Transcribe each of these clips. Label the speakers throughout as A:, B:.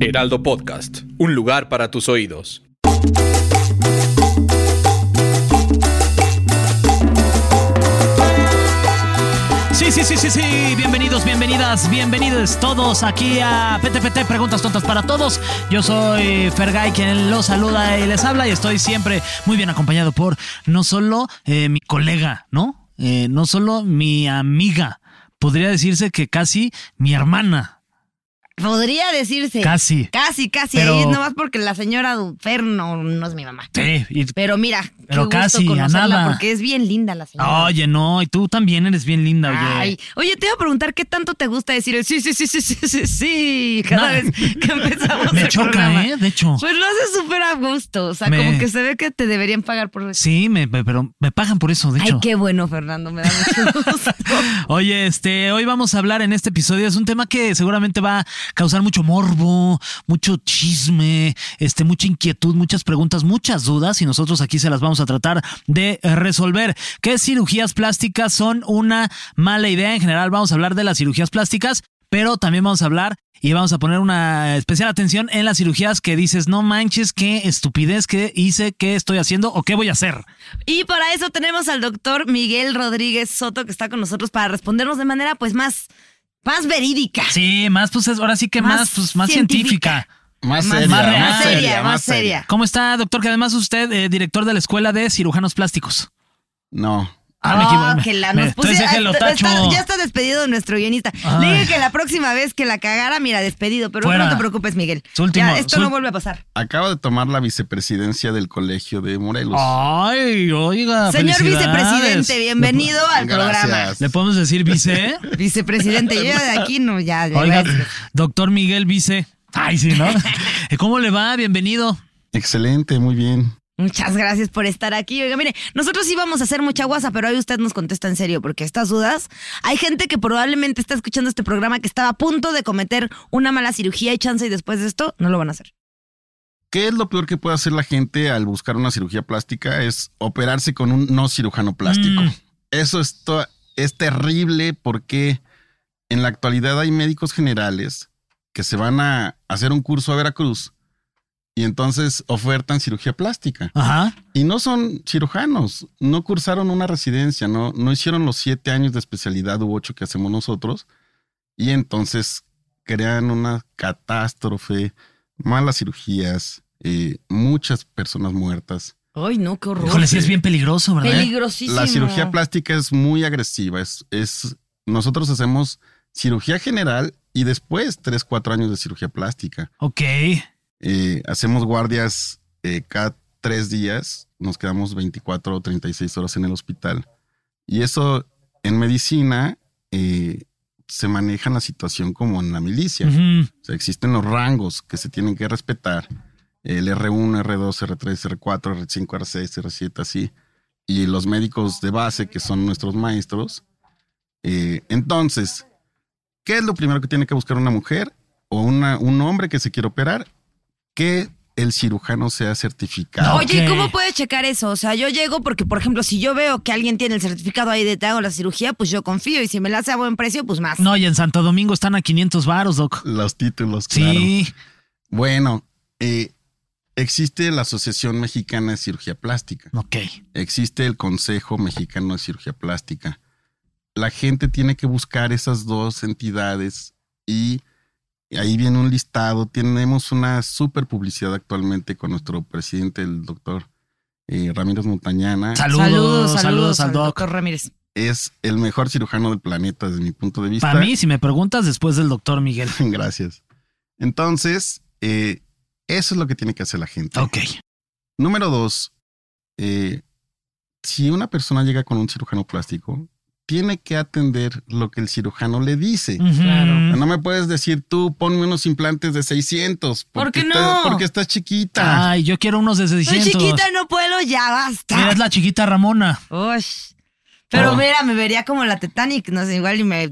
A: Heraldo Podcast, un lugar para tus oídos.
B: Sí, sí, sí, sí, sí. Bienvenidos, bienvenidas, bienvenidos todos aquí a PTPT Preguntas Tontas para Todos. Yo soy Fergay, quien los saluda y les habla, y estoy siempre muy bien acompañado por no solo eh, mi colega, ¿no? Eh, no solo mi amiga, podría decirse que casi mi hermana.
C: Podría decirse.
B: Casi.
C: Casi, casi.
B: Pero-
C: Ahí es nomás porque la señora Dufer no, no es mi mamá.
B: Sí, y-
C: Pero mira,
B: Pero
C: qué
B: casi, a
C: gusto conocerla
B: nada.
C: porque es bien linda la señora.
B: Oye, no, y tú también eres bien linda, oye.
C: Ay, oye, te iba a preguntar qué tanto te gusta decir el sí, sí, sí, sí, sí, sí, sí, cada
B: No.
C: vez que empezamos
B: Me
C: el
B: choca,
C: programa.
B: ¿eh? De hecho.
C: Pues lo haces súper a gusto, o sea,
B: Me-
C: como que se ve que te deberían pagar por eso.
B: Sí, me, me- pero me pagan por eso, de
C: Ay,
B: hecho.
C: qué bueno, Fernando, me da mucho gusto.
B: Oye, este, hoy vamos a hablar en este episodio. Es un tema que seguramente va a causar mucho morbo, mucho chisme, este, mucha inquietud, muchas preguntas, muchas dudas, y nosotros aquí se las vamos a tratar de eh, resolver. ¿Qué cirugías plásticas son una mala idea? En general, vamos a hablar de las cirugías plásticas, pero también vamos a hablar y vamos a poner una especial atención en las cirugías que dices, no manches, qué estupidez que hice, qué estoy haciendo o qué voy a hacer.
C: Y para eso tenemos al doctor Miguel Rodríguez Soto que está con nosotros para respondernos de manera pues más, más verídica.
B: Sí, más, pues es, ahora sí que más,
C: Más
B: pues, más
C: científica.
B: científica.
D: Más,
C: Más-
D: seria,
B: más
D: más,
B: real.
C: más
D: seria,
C: seria, más
D: más
C: seria.
D: seria.
B: ¿Cómo está, doctor? Que además usted, eh, director de la Escuela de Cirujanos Plásticos.
D: No.
B: me
C: Ah,
B: equivoqué.
C: que la
B: Me-
C: nos
B: entonces
C: pusiera-
B: dije, lo
C: está- está-
B: tacho.
C: ya está despedido nuestro guionista.
B: Ay.
C: Le dije que la próxima vez que la cagara, mira, despedido. Pero
B: Fuera.
C: no te preocupes, Miguel.
B: Su último-
C: ya, esto
B: su-
C: no vuelve a pasar.
D: Acaba de tomar la vicepresidencia del colegio de Morelos.
B: Ah, Ay, oiga.
C: Señor
B: Ah, felicidades.
C: vicepresidente, bienvenido al
D: Gracias.
C: programa.
B: ¿Le podemos decir vice?
C: Vicepresidente, yo ya de aquí no, ya. ya
B: Oiga,
C: iba a decir.
B: doctor Miguel Vice. Ay, sí, ¿no? Eh, ¿Cómo le va? Bienvenido.
D: Excelente, muy bien.
C: Muchas gracias por estar aquí. Oiga, mire, nosotros íbamos a hacer mucha guasa, pero hoy usted nos contesta en serio, porque estas dudas, hay gente que probablemente está escuchando este programa que estaba a punto de cometer una mala cirugía y chance y después de esto no lo van a hacer.
D: ¿Qué es lo peor que puede hacer la gente al buscar una cirugía plástica? Es operarse con un no cirujano plástico.
B: Mm.
D: Eso es, to- es terrible porque en la actualidad hay médicos generales que se van a hacer un curso a Veracruz y entonces ofertan cirugía plástica.
B: Ajá.
D: Y no son cirujanos, no cursaron una residencia, no, no hicieron los siete años de especialidad u ocho que hacemos nosotros. Y entonces crean una catástrofe, malas cirugías, eh, muchas personas muertas.
C: Ay, no, qué horror.
B: Híjole, sí ¿eh? es bien peligroso, ¿verdad?
C: Peligrosísimo.
D: La cirugía plástica es muy agresiva. Es, es, nosotros hacemos cirugía general y después tres, cuatro años de cirugía plástica.
B: Ok.
D: Eh, hacemos guardias eh, cada tres días, nos quedamos 24 o 36 horas en el hospital. Y eso en medicina eh, se maneja la situación como en la milicia.
B: Ujú.
D: O sea, existen los rangos que se tienen que respetar. El R1, R2, R3, R4, R5, R6, R7, así. Y los médicos de base, que son nuestros maestros. Eh, entonces, ¿qué es lo primero que tiene que buscar una mujer o una- un hombre que se quiere operar? Que el cirujano sea certificado.
B: No,
C: Oye, ¿y
B: Ok.
C: ¿cómo puedes checar eso? O sea, yo llego porque, por ejemplo, si yo veo que alguien tiene el certificado ahí de te hago la cirugía, pues yo confío. Y si me la hace a buen precio, pues más.
B: No, y en Santo Domingo están a 500 varos, doc.
D: Los títulos, claro.
B: Sí.
D: Bueno, eh, existe la Asociación Mexicana de Cirugía Plástica.
B: Ok.
D: existe el Consejo Mexicano de Cirugía Plástica. La gente tiene que buscar esas dos entidades y ahí viene un listado. Tenemos una super publicidad actualmente con nuestro presidente, el doctor eh, Ramírez Montañana.
B: Saludos, saludos, al doc.
C: doctor Ramírez.
D: Es el mejor cirujano del planeta desde mi punto de vista.
B: Para mí, si me preguntas, después del doctor Miguel.
D: Gracias. Entonces, eh, eso es lo que tiene que hacer la gente.
B: Ok.
D: Número dos, eh, si una persona llega con un cirujano plástico, tiene que atender lo que el cirujano le dice.
B: Ujú.
E: Claro.
D: No me puedes decir tú, ponme unos implantes de 600.
C: ¿Por qué
D: estás-
C: no?
D: porque estás chiquita.
B: Ay, yo quiero unos de
C: Soy
B: 600.
C: chiquita, no puedo, ya
B: Mira,
C: basta.
B: es la chiquita Ramona.
C: Ush. Pero
D: Oh.
C: mira, me vería como la Titanic, no sé, igual y me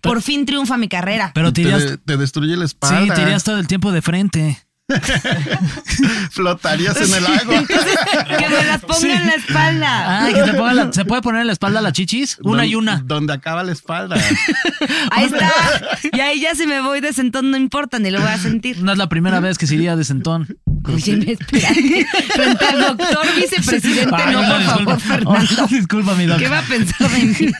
C: por fin triunfa mi carrera.
B: Pero
D: te,
B: te irías,
D: de- te destruye la espalda.
B: sí, te irías todo el tiempo de frente.
D: Flotarías en el agua.
C: que me las ponga en la espalda.
B: Ay, que te ponga la- ¿Se puede poner en la espalda las chichis? Una
D: Don-
B: y una.
D: Donde acaba la espalda.
C: Ahí está. Y ahí ya si me voy de sentón no importa, ni lo voy a sentir.
B: No es la primera vez que se iría de sentón.
C: Oye, me espera. Frente al doctor vicepresidente,
B: Ay,
C: no,
B: una disculpa.
C: por favor, Fernando.
B: Una disculpa, mi doc.
C: ¿Qué va a pensar de mí?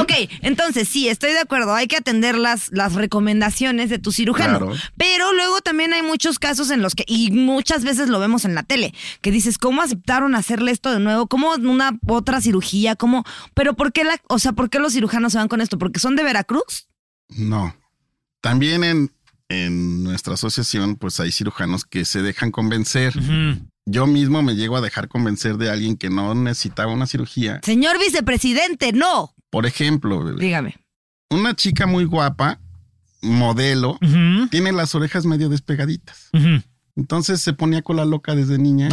C: ok, entonces sí, estoy de acuerdo. Hay que atender las, las recomendaciones de tu cirujano.
D: Claro.
C: Pero luego también hay muchos casos en los que, y muchas veces lo vemos en la tele, que dices, ¿cómo aceptaron hacerle esto de nuevo? ¿Cómo una otra cirugía? ¿Cómo? Pero ¿por qué la, o sea, por qué los cirujanos se van con esto? ¿Porque son de Veracruz?
D: No. También en, en nuestra asociación, pues hay cirujanos que se dejan convencer.
B: Ujú.
D: Yo mismo me llego a dejar convencer de alguien que no necesitaba una cirugía.
C: Señor vicepresidente, no.
D: Por ejemplo, bebé,
C: Dígame.
D: una chica muy guapa, modelo,
B: Ujú.
D: tiene las orejas medio despegaditas.
B: Ujú.
D: Entonces se ponía cola loca desde niña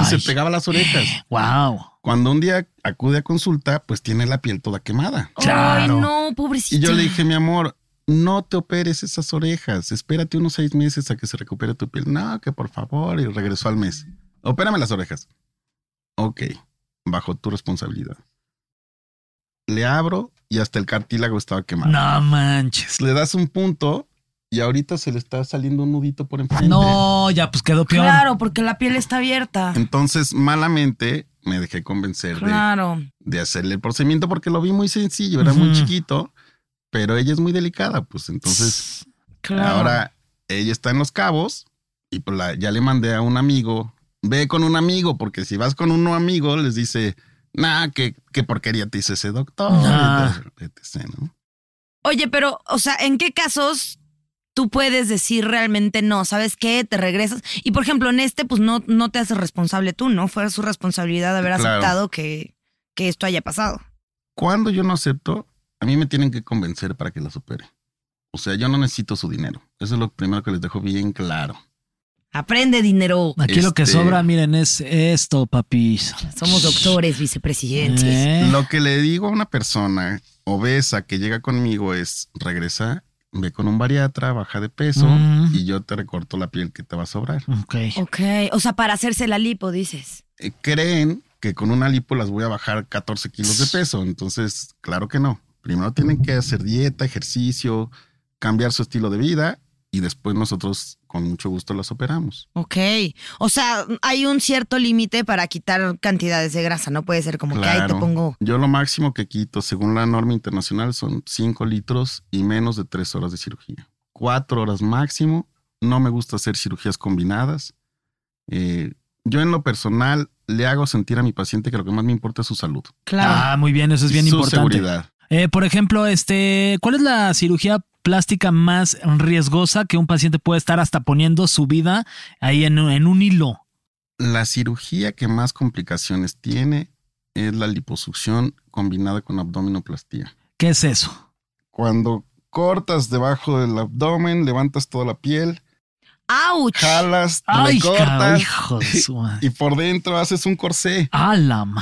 D: y se
B: Ay,
D: pegaba las orejas.
B: wow.
D: Cuando un día acude a consulta, pues tiene la piel toda quemada.
C: Ay,
B: Claro.
C: no, pobrecito.
D: Y yo le dije, mi amor, no te operes esas orejas, espérate unos seis meses a que se recupere tu piel. No, que por favor, y regresó al mes. Opérame las orejas. Ok, bajo tu responsabilidad. Le abro y hasta el cartílago estaba quemado.
B: No manches.
D: Pues, Le das un punto y ahorita se le está saliendo un nudito por enfrente.
B: No, ya pues quedó peor.
C: Claro, porque la piel está abierta.
D: Entonces, malamente, me dejé convencer de-
C: Claro.
D: de, hacerle el procedimiento porque lo vi muy sencillo, era muy
B: Ujú.
D: chiquito, pero ella es muy delicada, pues entonces...
C: Claro.
D: Ahora ella está en Los Cabos y pues la- ya le mandé a un amigo. Ve con un amigo, porque si vas con un no amigo, les dice, nah, qué, qué porquería te hizo ese doctor.
B: Nah.
D: etc, etc, ¿no?
C: Oye, pero, o sea, ¿en qué casos tú puedes decir realmente no? ¿Sabes qué? Te regresas. Y por ejemplo, en este, pues no, no te haces responsable tú, ¿no? Fue su responsabilidad de haber
D: Claro.
C: aceptado que, que esto haya pasado.
D: Cuando yo no acepto, a mí me tienen que convencer para que la supere. O sea, yo no necesito su dinero. Eso es lo primero que les dejo bien claro.
C: Aprende dinero.
B: Aquí lo que
D: Este-
B: sobra, miren, es esto, papis.
C: Somos doctores, vicepresidentes.
B: Eh,
D: Lo que le digo a una persona obesa que llega conmigo es, regresa, ve con un bariatra, baja de peso
B: Mm.
D: y yo te recorto la piel que te va a sobrar.
B: Ok.
C: Ok, o sea, para hacerse la lipo, dices.
D: eh, creen que con una lipo las voy a bajar 14 kilos de peso. Entonces, claro que no. Primero tienen que hacer dieta, ejercicio, cambiar su estilo de vida y después nosotros con mucho gusto las operamos.
C: Ok, o sea, hay un cierto límite para quitar cantidades de grasa, no puede ser como que ahí te
D: Claro.
C: pongo...
D: Yo lo máximo que quito, según la norma internacional, son 5 litros y menos de 3 horas de cirugía. 4 horas máximo. No me gusta hacer cirugías combinadas. Eh, yo en lo personal le hago sentir a mi paciente que lo que más me importa es su salud.
B: Ah, muy bien, eso es bien
D: su
B: importante.
D: seguridad.
B: Eh, por ejemplo, este, ¿cuál es la cirugía plástica más riesgosa que un paciente puede estar hasta poniendo su vida ahí en, en un hilo?
D: La cirugía que más complicaciones tiene es la liposucción combinada con abdominoplastía.
B: ¿Qué es eso?
D: Cuando cortas debajo del abdomen, levantas toda la piel,
C: ¡Auch!
D: jalas,
B: Ay,
D: le cortas
B: hijo de su madre.
D: y por dentro haces un corsé.
B: Alam.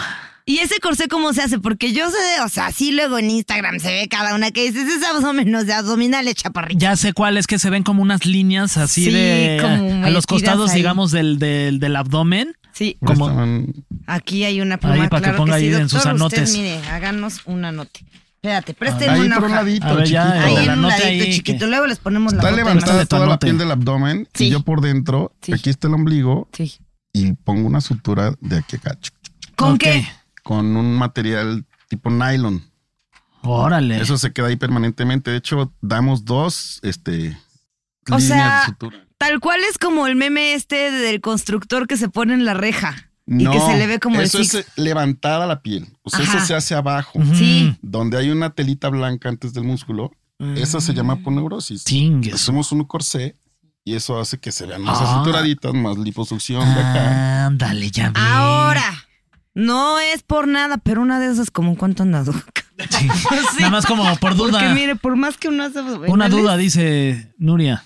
C: ¿Y ese corsé cómo se hace? Porque yo sé, o sea, sí luego en Instagram se ve cada una que dices, es abdomen, de abdominales, chaparrita.
B: Ya sé cuál es que se ven como unas líneas así
C: Sí,
B: de
C: como
B: a los
C: metidas
B: costados,
C: ahí.
B: digamos, del, del, del abdomen.
C: Sí,
B: ¿Cómo?
D: Estaban-
C: aquí hay una pluma,
B: Ahí, para que
C: claro
B: ponga
C: sí,
B: ahí en
C: doctor,
B: sus anotes.
C: Usted, mire, háganos un anote. Espérate, préstenme
D: Ahí
C: una
D: por un
C: hoja.
D: ladito,
B: A ver, ya,
D: chiquito.
C: Ahí
B: el
C: en un
B: anote
C: ladito
B: ahí,
C: chiquito,
B: que-
C: luego les ponemos la
D: Está
C: foto de
D: levantada
B: de tu
D: toda la
B: anote.
D: piel del abdomen
C: Sí.
D: y yo por dentro,
C: Sí.
D: aquí está el ombligo
C: Sí.
D: y pongo una sutura de aquí a acá, chuc, chuc,
C: ¿Con
B: Ok.
C: qué?
D: con un material tipo nylon.
B: Órale.
D: Eso se queda ahí permanentemente. De hecho, damos dos este,
C: O
D: líneas
C: sea,
D: de sutura.
C: Tal cual es como el meme este del constructor que se pone en la reja y que
D: No,
C: se le ve como
D: eso
C: el
D: es
C: six.
D: eh, levantada la piel. O sea,
C: Ajá.
D: eso se hace abajo,
B: Ujú.
C: Sí.
D: donde hay una telita blanca antes del músculo. Esa se
C: Mm.
D: llama poneurosis.
B: Chingues.
D: Hacemos un corsé y eso hace que se vean más
B: Ah.
D: acinturaditas, más liposucción de acá.
B: Ándale, ya vi.
C: Ahora. No es por nada, pero una de esas, como cuánto andas?
B: Sí. Nada más como por duda.
C: Porque mire, por más que pues, una
B: Una duda, dice Nuria.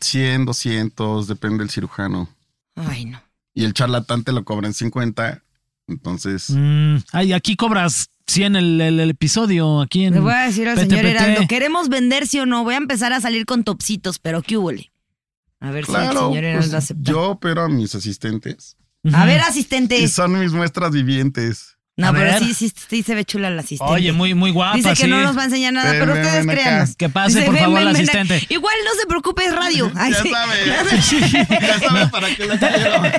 D: 100, 200, depende del cirujano.
C: Ay, no.
D: Y el charlatán te lo cobran 50. Entonces,
B: Mm, ay, aquí cobras 100 el, el- el episodio. Aquí en
C: Le voy a decir al
B: PTPT.
C: señor Heraldo, ¿queremos vender sí o no? Voy a empezar a salir con topsitos, pero ¿qué húbole? A ver si el
D: claro,
C: señor Heraldo
D: pues,
C: acepta.
D: yo opero a mis asistentes.
B: Ujú.
C: A ver, asistente.
D: Y son mis muestras vivientes.
C: No,
B: A
C: pero
B: ver.
C: sí, sí, sí se ve chula la asistente.
B: Oye, muy, muy guapa.
C: Dice que
B: sí.
C: no nos va a enseñar nada,
D: Ven,
C: pero
D: ven,
C: ustedes
D: ven acá.
C: créanos.
B: Que pase,
C: Dice,
B: por
C: "Ven,
B: favor,
C: ven,
B: la
C: ven acá".
B: asistente.
C: Igual no se preocupe, es radio. Ay,
D: ya
C: sí.
D: sabe. ya sabe para qué la quiero.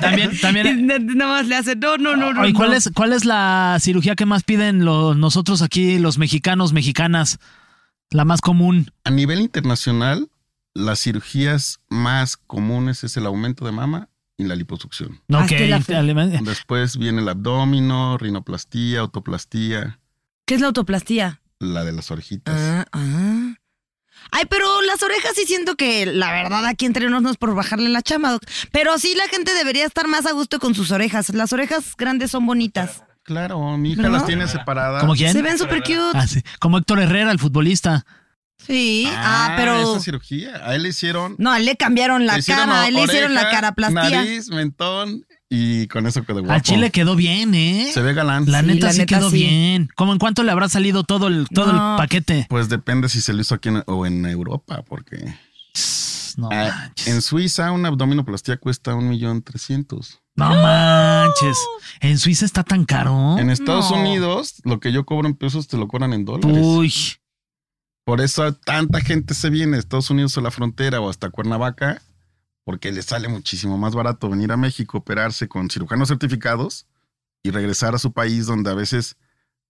B: También, también.
C: Nada nada más le hace, no, no, no, no.
B: Ay, ¿cuál,
C: no.
B: es, ¿Cuál es la cirugía que más piden los, nosotros aquí, los mexicanos, mexicanas? La más común.
D: A nivel internacional, las cirugías más comunes es el aumento de mama y la liposucción.
B: No,
C: Hazte
B: que
C: Ah,
B: eh,
C: la fe.
B: Alemania-
D: Después viene el abdomino, rinoplastía, autoplastía,
C: ¿Qué es la autoplastía?
D: la de las
B: Pues.
D: orejitas.
C: Ah, ah. Ay, pero las orejas sí siento que la verdad aquí entre nos no es por bajarle la chama, doc. Pero sí la gente debería estar más a gusto con sus orejas. Las orejas grandes son bonitas.
D: Claro, mi hija
C: ¿No?
D: las tiene separadas.
B: ¿Como quién?
C: Se ven súper cute.
B: Ah, sí. Como Héctor Herrera, el futbolista.
C: Sí. Ah, pero.
D: Esa cirugía. A él le hicieron.
C: No, le cambiaron la
D: le hicieron
C: cara,
D: o-
C: le hicieron la
D: oreja,
C: caraplastía.
D: Nariz, mentón y con eso quedó guapo.
B: Al Chile quedó bien, ¿eh?
D: Se ve galán.
B: La
C: Sí,
B: neta
C: la
B: sí
C: neta
B: quedó
C: sí.
B: bien. ¿Cómo en cuánto le habrá salido todo el, todo
C: No.
B: el paquete?
D: Pues depende si se lo hizo aquí en- o en Europa, porque
B: Tss, No
D: ah,
B: manches.
D: en Suiza una abdominoplastía cuesta un millón trescientos.
B: No manches. En Suiza está tan caro.
C: Ah.
D: En Estados
C: No.
D: Unidos, lo que yo cobro en pesos te lo cobran en dólares.
B: Uy.
D: Por eso tanta gente se viene a Estados Unidos o la frontera o hasta Cuernavaca, porque les sale muchísimo más barato venir a México, operarse con cirujanos certificados y regresar a su país donde a veces,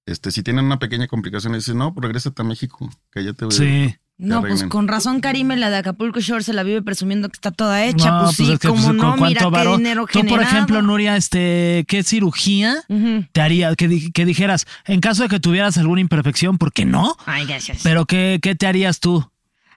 D: este, si tienen una pequeña complicación, dicen, no, pues regrésate a México, que allá te voy a-
B: Sí.
C: No, pues
D: arreglen.
C: con razón Karime, la de Acapulco Shore, se la vive presumiendo que está toda hecha.
B: No,
C: pues sí,
B: es que,
C: como
B: pues,
C: no,
B: ¿con
C: mira qué
B: varo?
C: dinero
B: Tú,
C: generado.
B: por ejemplo, Nuria, este, ¿qué cirugía
C: Ujú.
B: te haría? Que, di- que dijeras, en caso de que tuvieras alguna imperfección, ¿por qué no?
C: Ay, gracias.
B: Pero ¿qué, qué te harías tú?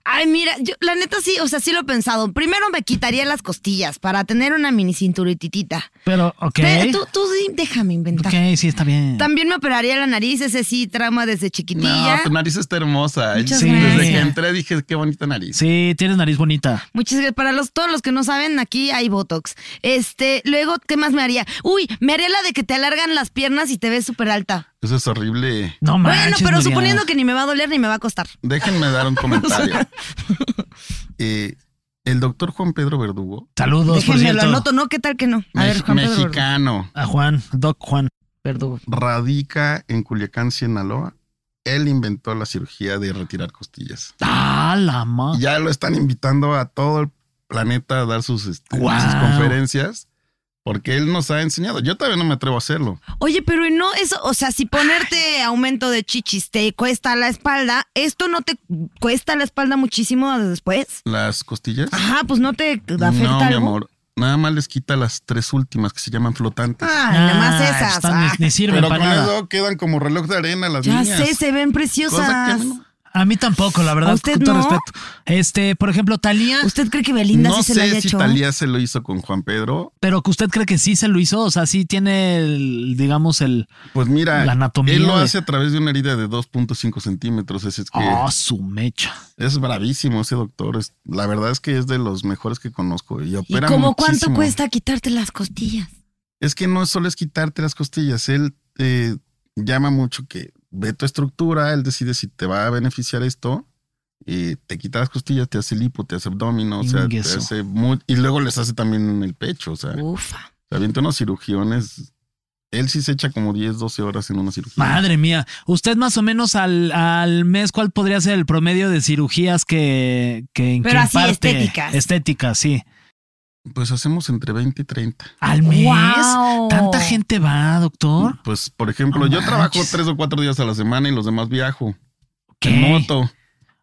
C: Ay, mira, yo, la neta sí, o sea, sí lo he pensado. Primero me quitaría las costillas para tener una mini cinturititita.
B: Pero, ok.
C: Pero tú, tú sí, déjame inventar.
B: Ok, sí, está bien.
C: También me operaría la nariz, ese sí, trauma desde
D: No,
C: chiquitilla.
B: pues
D: tu nariz está hermosa.
C: Muchas
D: Sí. Desde que
B: gracias.
D: entré dije, qué bonita nariz.
B: Sí, tienes nariz bonita.
C: Muchas gracias. Para los, todos los que no saben, aquí hay Botox. Este, luego, ¿qué más me haría? Uy, me haría la de que te alargan las piernas y te ves súper alta.
D: Eso es horrible.
B: No
C: bueno,
B: manches.
C: pero
B: Nuria.
C: suponiendo que ni me va a doler ni me va a costar.
D: Déjenme dar un comentario. Eh, el doctor Juan Pedro Verdugo,
B: Saludos, por
C: Déjenme lo
B: cierto,
C: anoto, ¿no? ¿Qué tal que no? A ver,
D: mex-
C: Juan Pedro
D: mexicano.
B: A Juan, Doc Juan.
C: Verdugo.
D: radica en Culiacán, Sinaloa. Él inventó la cirugía de retirar costillas.
B: Ah, la ma.
D: Ya lo están invitando a todo el planeta a dar sus, este,
B: Guau.
D: sus conferencias porque él nos ha enseñado. Yo todavía no me atrevo a hacerlo.
C: Oye, pero no, eso, o sea, si ponerte aumento de chichis te cuesta la espalda, ¿esto no te cuesta la espalda muchísimo después?
D: ¿Las costillas?
C: Ajá, pues no te afecta
D: no, mi
C: algo?
D: amor. Nada más les quita las tres últimas que se llaman flotantes.
C: Ah, nada más
B: Ah,
C: esas.
B: están-
C: ah.
B: ni, ni sirven
D: Pero con
B: para nada.
D: eso quedan como reloj de arena las
C: ya
D: niñas.
C: sé, se ven
D: Cosa que a
C: preciosas.
D: mí no-
B: A mí tampoco, la
C: ¿A
B: verdad,
C: usted
B: con todo
C: no?
B: respeto. Este, por ejemplo, Talía,
C: ¿Usted cree que Belinda
D: no
C: sí se lo haya
D: sé si
C: hecho? ¿eh?
D: Talía se lo hizo con Juan Pedro.
B: pero que usted cree que sí se lo hizo, o sea, sí tiene el, digamos, el.
D: Pues mira,
B: La anatomía
D: él lo
B: de-
D: hace a través de una herida de 2.5 centímetros. Así es que
B: Oh, su mecha.
D: Es bravísimo ese doctor. es- la verdad es que es de los mejores que conozco. Y,
C: ¿Y
D: opera
C: como cuánto
D: muchísimo.
C: cuesta quitarte las costillas?
D: Es que no solo es quitarte las costillas. Él eh, llama mucho que ve tu estructura, él decide si te va a beneficiar esto. eh, te quita las costillas, te hace lipo, te hace abdomen, o sea, te
B: Ingueso.
D: hace mu- y luego les hace también en el pecho, o sea,
C: Ufa.
D: se avienta unos cirugiones. Él sí se echa como 10, 12 horas en una cirugía.
B: Madre mía. Usted más o menos al, al mes, ¿cuál podría ser el promedio de cirugías que, que en
C: Pero
B: que
C: así,
B: imparte?
C: estéticas.
B: Estéticas, sí.
D: Pues hacemos entre 20 y 30.
B: Al mes.
C: ¡Guau!
B: Tanta gente va, doctor.
D: Pues, por ejemplo,
B: No
D: yo trabajo
B: manches.
D: tres o cuatro días a la semana y los demás viajo.
B: ¿Qué?
D: en moto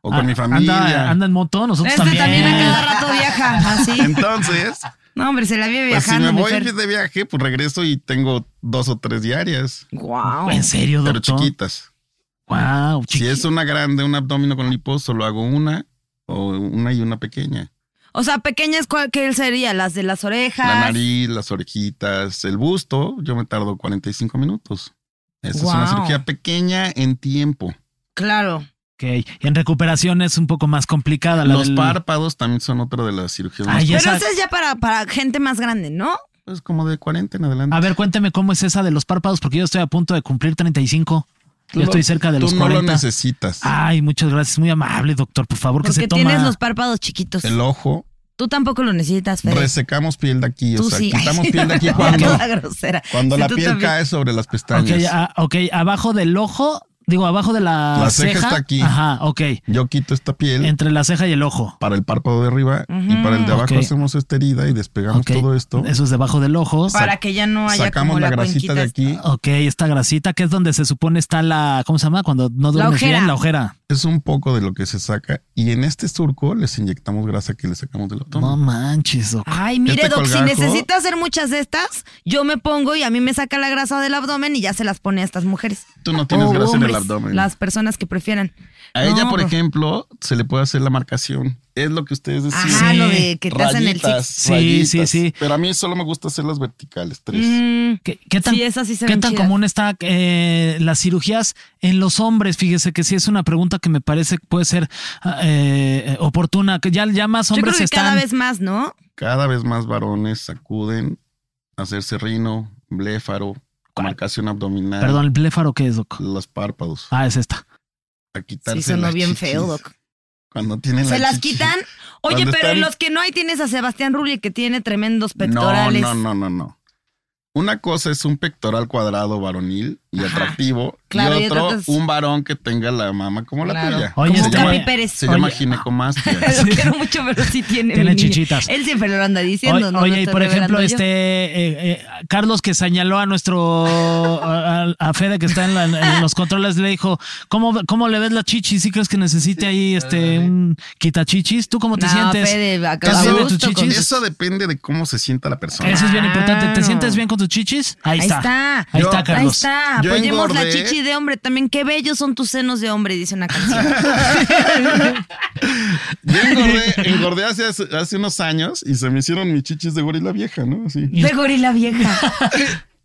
D: o con
B: Ah,
D: mi familia.
B: Anda, anda en moto, nosotros
C: Este
B: también.
C: también. a cada rato viaja. Así.
D: Entonces,
C: No, hombre, se la vive
D: Em- pues si
C: viajando.
D: me
C: mi
D: voy
C: Fer.
D: de viaje, pues regreso y tengo dos o tres diarias,
C: Guau.
B: En serio,
D: pero
B: doctor.
D: chiquitas.
B: Wow,
D: Si es una grande, un abdomen con lipo, solo hago una o una y una pequeña.
C: O sea, pequeñas, ¿cuál- ¿qué sería? Las de las orejas.
D: La nariz, las orejitas, el busto, yo me tardo 45 minutos. Esa es una
C: Guau.
D: cirugía pequeña en tiempo.
C: Claro.
B: Ok. Y en recuperación es un poco más complicada. La
D: Los
B: del-
D: párpados también son otra de las cirugías
B: Ah,
D: más-
B: ya. Y
C: Pero
B: esa-
C: esa es ya para, para gente más grande, ¿no?
D: pues, como de 40 en adelante.
B: A ver, cuéntame cómo es esa de los párpados, porque yo estoy a punto de cumplir 35. Yo
D: Tú lo-
B: estoy cerca de los Ah,
D: Tú no lo
B: 40.
D: necesitas.
B: Ay, muchas gracias. Muy amable, doctor. Por favor, que
C: Porque
B: se toma.
C: tienes los párpados chiquitos.
D: El ojo,
C: Tú tampoco lo necesitas, Fede.
D: resecamos piel de aquí,
C: Tú
D: o sea,
C: sí.
D: quitamos piel de aquí
C: Ya
D: cuando,
C: toda grosera.
D: cuando
C: Sí,
D: la
C: tú
D: piel
C: también. ah.
D: cae sobre las
B: Ok,
D: pestañas.
B: a- ok, abajo del ojo, digo, abajo de la,
D: La ceja está aquí.
B: Ajá, ok.
D: Yo quito esta piel
B: Entre la ceja y el ojo.
D: para el párpado de arriba y para el de abajo
B: Ok.
D: hacemos esta herida y despegamos
B: Ok,
D: todo esto.
B: Eso es debajo del ojo.
C: Para que ya no haya como
D: Sacamos la grasita de
C: cuenquita
D: aquí.
B: Ok, esta grasita que es donde se supone está la, ¿cómo se llama? Cuando no
C: La
B: duermes
C: ojera.
B: bien, la ojera.
D: Es un poco de lo que se saca y en este surco les inyectamos grasa que le sacamos del
B: No
D: abdomen.
B: manches, doc.
C: Ay, mire,
D: Este
C: Doc, si
D: colgajo-
C: necesita hacer muchas de estas, yo me pongo y a mí me saca la grasa del abdomen y ya se las pone a estas mujeres.
D: Tú no tienes
C: O
D: grasa en el
C: Oh, hombres,
D: abdomen.
C: Las personas que prefieran.
D: A ella,
C: No, pues,
D: por
C: bro.
D: ejemplo, se le puede hacer la marcación. Es lo que ustedes decían.
C: Ajá,
B: Sí.
C: lo de que te hacen el
D: Rayitas,
C: six.
B: Sí,
D: rayitas.
B: sí, sí.
D: Pero a mí solo me gusta hacer las verticales, tres.
C: Mm,
B: ¿Qué, qué tan,
C: Sí, esas sí se
B: qué
C: ven
B: tan
C: chidas.
B: común está eh, las cirugías en los hombres? Fíjese que sí es una pregunta que me parece que puede ser eh, oportuna. Que ya, ya más
C: yo creo
B: hombres
C: que
B: están.
C: cada vez más, ¿no?
D: Cada vez más varones acuden a hacerse rino, bléfaro,
B: ¿Cuál?
D: marcación abdominal,
B: Perdón, el bléfaro qué es, doc.
D: los párpados,
B: Ah, es esta.
D: a quitarse
C: Sí, sonó
D: las
C: bien
D: chichis.
C: feo, Doc.
D: Cuando tienen
C: ¿Se
D: la
C: las
D: chichi.
C: quitan? Oye,
D: Cuando
C: pero en
D: están-
C: los que no hay tienes a Sebastián Rulli que tiene tremendos
D: No,
C: pectorales.
D: no, no, no, no. Una cosa es un pectoral cuadrado varonil y
C: Ajá.
D: atractivo,
C: Claro, y
D: y otro,
C: otra es-
D: un varón que tenga la mama como
C: Claro.
D: la tuya.
B: Oye,
C: Como
D: se
B: este
D: llama,
C: Capi Pérez.
D: se llama
C: Oye,
D: ginecomastia.
C: Lo quiero mucho, pero sí tiene.
B: Tiene
C: mi niño.
B: chichitas.
C: Él siempre lo anda
B: Oye,
C: diciendo. no lo
B: oye, y
C: estoy
B: por ejemplo,
C: revelando yo.
B: este eh, eh, Carlos que señaló a nuestro a, a- a Fede que está en, la- en los controles le dijo ¿Cómo, cómo le ves la chichis? ¿Sí crees que necesite ahí este un quitachichis? ¿Tú cómo te
C: No,
B: sientes?
C: Fede, a-
B: ¿Estás
C: a
B: bien de
C: gusto
B: tus
C: con-
B: chichis?
D: Eso depende de cómo se sienta la persona.
B: Eso es bien importante. ¿Te
C: Claro.
B: sientes bien con tus chichis? Ahí,
C: Ahí
B: está.
C: está.
B: Ahí
D: Yo-
B: está, Carlos.
C: Ahí está,
D: Yo
C: apoyemos la
D: engordé.
C: chichi de hombre también. Qué bellos son tus senos de hombre, dice una canción.
D: Yo engordé, engordé hace, hace unos años y se me hicieron mis chichis de gorila vieja, ¿no? Así.
C: De gorila vieja.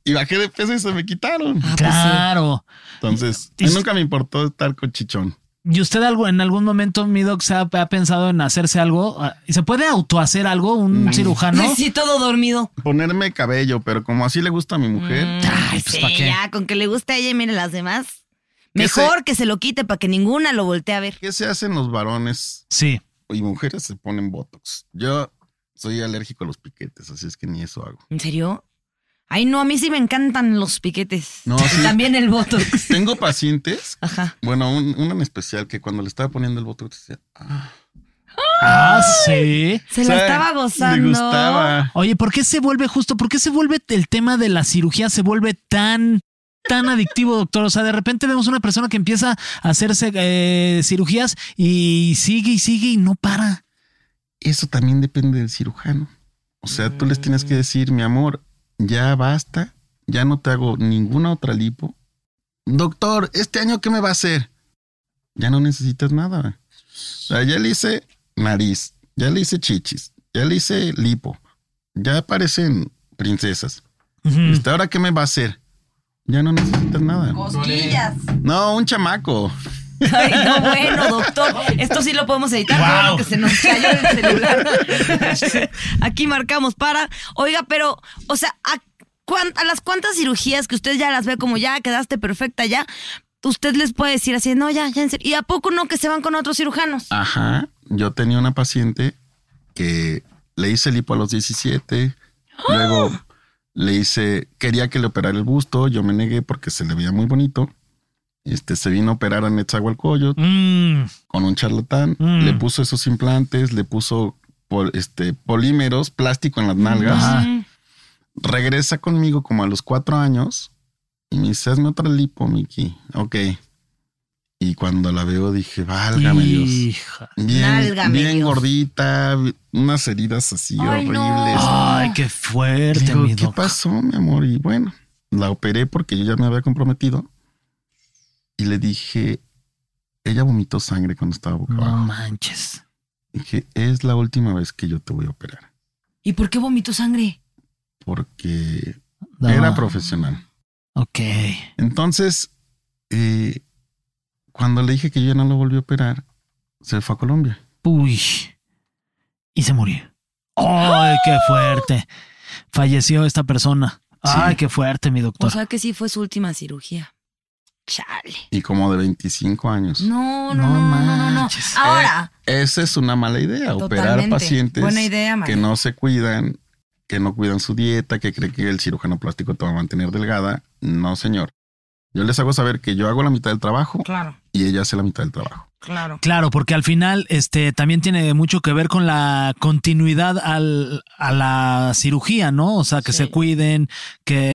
D: Y bajé de peso y se me quitaron.
C: Ah,
B: Claro.
D: Entonces,
B: Y-
D: a mí nunca me importó estar con chichón.
B: ¿Y usted algo, en algún momento, mi doc, se ha, ha pensado en hacerse algo? Ah, ¿Se puede autohacer algo un
D: Mm.
B: cirujano?
C: Sí, sí, todo dormido.
D: Ponerme cabello, pero como así le gusta a mi mujer,
C: Mm.
B: Ay, pues,
C: Sí,
B: ¿pa' qué?
C: ya, con que le guste a ella y mire las demás.
D: Que
C: Mejor que se lo quite para que ninguna lo voltee a ver.
D: ¿qué se hacen los varones
B: Sí.
D: y mujeres? Se ponen botox. Yo soy alérgico a los piquetes, así es que ni eso hago.
C: ¿En serio? Ay, no, a mí sí me encantan los piquetes.
D: No,
C: Y
D: sí.
C: También el botox.
D: Tengo pacientes,
C: Ajá.
D: bueno, un- una en especial que cuando le estaba poniendo el botox decía, ah,
B: Ah, sí.
C: Se
D: o
C: la
D: sea,
C: estaba gozando.
D: Le gustaba.
B: Oye, ¿por qué se vuelve justo? ¿Por qué se vuelve el tema de la cirugía se vuelve tan tan adictivo, doctor? O sea, de repente vemos una persona que empieza a hacerse eh, cirugías y sigue y sigue y no para.
D: eso también depende del cirujano. O sea, tú les tienes que decir, mi amor, ya basta, ya no te hago ninguna otra lipo. Doctor, este año qué me va a hacer? Ya no necesitas nada. O sea, ya le hice nariz, ya le hice chichis, ya le hice lipo, ya parecen princesas.
B: Ujú.
D: ¿Hasta ahora qué me va a hacer? Ya no necesitas nada.
C: Cosquillas.
D: No, un chamaco.
C: Ay, no, bueno, doctor. Esto sí lo podemos editar. claro,
B: Wow.
C: que se nos cayó el celular. Aquí marcamos para. Oiga, pero, o sea, ¿a, cuán- a las cuantas cirugías que usted ya las ve como ya quedaste perfecta ya? Usted les puede decir así, no, ya, ya en serio. ¿Y a poco no que se van con otros cirujanos?
D: Ah, Ajá. Yo tenía una paciente que le hice lipo a los 17.
B: ¡Oh!
D: Luego le hice, quería que le operara el busto. Yo me negué porque se le veía muy bonito. Este se vino a operar a Netzahualcoyot
B: Mm,
D: con un charlatán.
B: Mm.
D: Le puso esos implantes, le puso pol- este, polímeros, plástico en las nalgas.
B: Ajá.
D: Regresa conmigo como a los cuatro años y me dice, hazme otra lipo, Miki. Ok. Y cuando la veo dije, válgame Dios.
B: hija.
D: Bien,
C: Válgame
D: bien
C: Dios.
D: gordita, unas heridas así
C: Ay,
D: horribles.
C: no.
B: Ay, qué fuerte,
D: Digo,
B: Ah, mi
D: ¿qué
B: doc.
D: pasó, mi amor? Y bueno, la operé porque yo ya me había comprometido. Y le dije, ella vomitó sangre cuando estaba boca
B: No
D: abajo.
B: manches.
D: Dije, es la última vez que yo te voy a operar.
C: ¿Y por qué vomitó sangre?
D: Porque
B: No.
D: era profesional.
B: Ok.
D: Entonces, eh, cuando le dije que yo no lo volví a operar, se fue a Colombia.
B: Uy. Y se murió. ¡Ay, qué fuerte! Falleció esta persona. ¡Ay, qué fuerte, mi doctor!
C: O sea que sí fue su última cirugía. Chale.
D: Y como de 25 años.
C: No, no,
B: No
C: no, no, no, no.
B: manches.
C: Ahora,
D: Esa es una mala idea, Eh, operar
C: Totalmente.
D: pacientes
C: Buena idea, María.
D: que no se cuidan, que no cuidan su dieta, que cree que el cirujano plástico te va a mantener delgada. No, señor. Yo les hago saber que yo hago la mitad del trabajo
C: claro,
D: y ella hace la mitad del trabajo.
C: claro.
B: Claro, porque al final este también tiene mucho que ver con la continuidad al, a la cirugía, ¿no? O sea, que se cuiden, que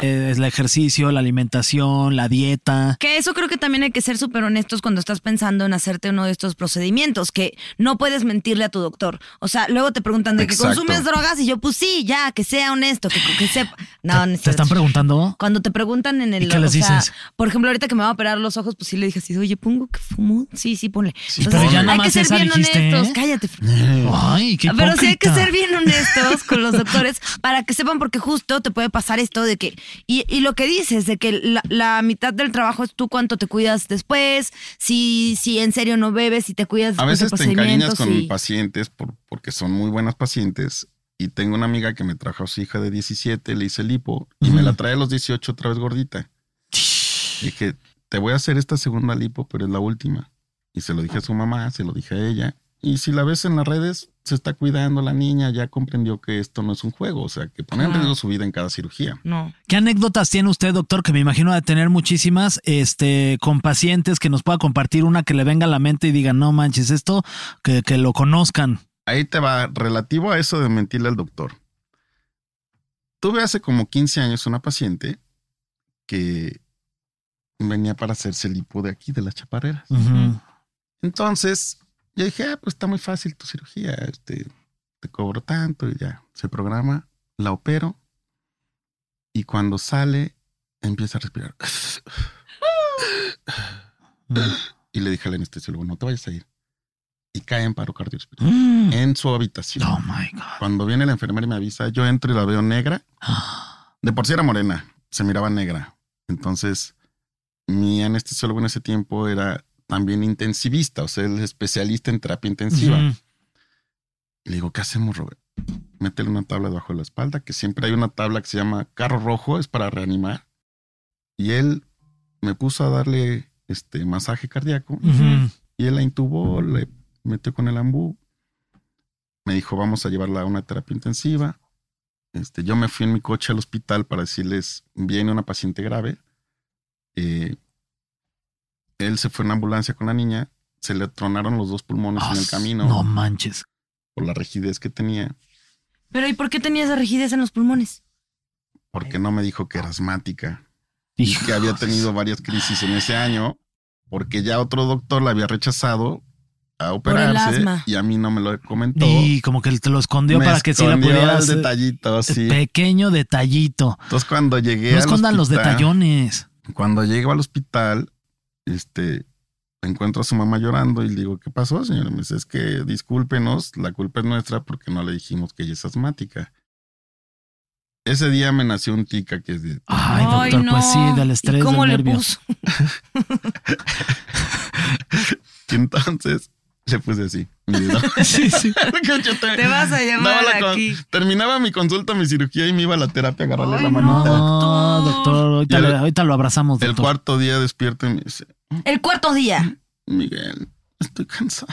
B: eh, el ejercicio, la alimentación, la dieta.
C: Que eso creo que también hay que ser súper honestos cuando estás pensando en hacerte uno de estos procedimientos, que no puedes mentirle a tu doctor. O sea, luego te preguntan de que
D: Exacto.
C: consumes drogas y yo, pues sí, ya, que sea honesto, que, que sepa. No, no es
B: ¿Te están
C: cierto.
B: preguntando?
C: Cuando te preguntan en el.
B: ¿Y qué les
C: o sea,
B: dices?
C: por ejemplo, ahorita que me va a operar los ojos, pues sí le dije así, oye, pongo que fumo. Sí, sí, ponle.
D: pero ya
C: hay
B: nomás
C: que ser
B: esa
C: bien
B: dijiste,
C: honestos.
B: ¿eh?
C: Cállate.
B: Ay, qué
C: Pero sí hay que
B: hipócrita.
C: ser bien honestos con los doctores para que sepan, porque justo te puede pasar esto de que. Y, y lo que dices, de que la, la mitad del trabajo es tú cuánto te cuidas después, si, si en serio no bebes, si te cuidas
D: A
C: después de
D: veces te encariñas
C: Pues procedimientos
D: con
C: y-
D: pacientes por- porque son muy buenas pacientes. Y tengo una amiga que me trajo a su hija de 17, le hice lipo y me la trae a los 18 otra vez gordita. Dije, te voy a hacer esta segunda lipo, pero es la última. Y se lo dije a su mamá, se lo dije a ella. Y si la ves en las redes, se está cuidando la niña, ya comprendió que esto no es un juego, o sea, que pone en riesgo su vida en cada cirugía.
C: No.
B: ¿Qué anécdotas tiene usted, doctor? Que me imagino de tener muchísimas, este, con pacientes que nos pueda compartir una que le venga a la mente y diga, no manches, esto, que, que lo conozcan.
D: Ahí te va, relativo a eso de mentirle al doctor. Tuve hace como 15 años una paciente que venía para hacerse lipo de aquí, de las chaparreras.
B: Ujú.
D: Entonces, yo dije, ah, pues está muy fácil tu cirugía, este, te cobro tanto y ya. Se programa, la opero y cuando sale, empieza a respirar. y le dije al anestesiólogo, no te vayas a ir. Y cae en paro cardiorrespiratorio
B: Mm.
D: en su habitación.
B: Oh my God.
D: Cuando viene la enfermera y me avisa, yo entro y la veo negra. De por sí era morena, se miraba negra. Entonces, mi anestesiólogo en ese tiempo era también intensivista, o sea, el especialista en terapia intensiva.
B: Ujú.
D: Y le digo, ¿qué hacemos, Robert? Métele una tabla debajo de la espalda, que siempre hay una tabla que se llama carro rojo, es para reanimar. Y él me puso a darle este masaje cardíaco
B: Ujú.
D: y él la intubó, le metió con el ambú. Me dijo, vamos a llevarla a una terapia intensiva. Este, yo me fui en mi coche al hospital para decirles, viene una paciente grave. Eh, él se fue en ambulancia con la niña, se le tronaron los dos pulmones en el camino
B: Ah, No manches.
D: por la rigidez que tenía,
C: Pero ¿y por qué tenías esa rigidez en los pulmones?
D: porque no me dijo que era asmática. y que había tenido varias crisis en ese año porque ya otro doctor la había rechazado a operarse
C: asma.
D: y a mí no me lo comentó.
B: Y como que te lo escondió
D: Me
B: para que sí la
D: escondió
B: pudieras. eh,
D: el detallito, sí.
B: Pequeño detallito.
D: Entonces cuando llegué
B: No
D: al
B: escondan los
D: hospital-
B: detallones.
D: Cuando llego al hospital, este, encuentro a su mamá llorando y le digo, ¿qué pasó, señora? Me dice, es que discúlpenos, la culpa es nuestra porque no le dijimos que ella es asmática. Ese día me nació un tica que es de-
B: Ay, doctor, pues sí, del estrés,
C: ¿Y ¿Cómo
B: del
C: le
B: nervio.
C: puso?
D: que entonces le puse así. mi dedo.
B: Sí, sí.
D: Porque yo te-
C: Te vas a llamar
D: daba la con-
C: aquí.
D: Terminaba mi consulta, mi cirugía y me iba a la terapia a agarrarle
C: Ay,
D: la
C: no.
D: manita.
B: No, doctor, ahorita,
D: Y el-
B: le- ahorita lo abrazamos,
D: El
B: doctor.
D: cuarto día despierto y me dice,
C: El cuarto día.
D: Miguel, estoy cansado.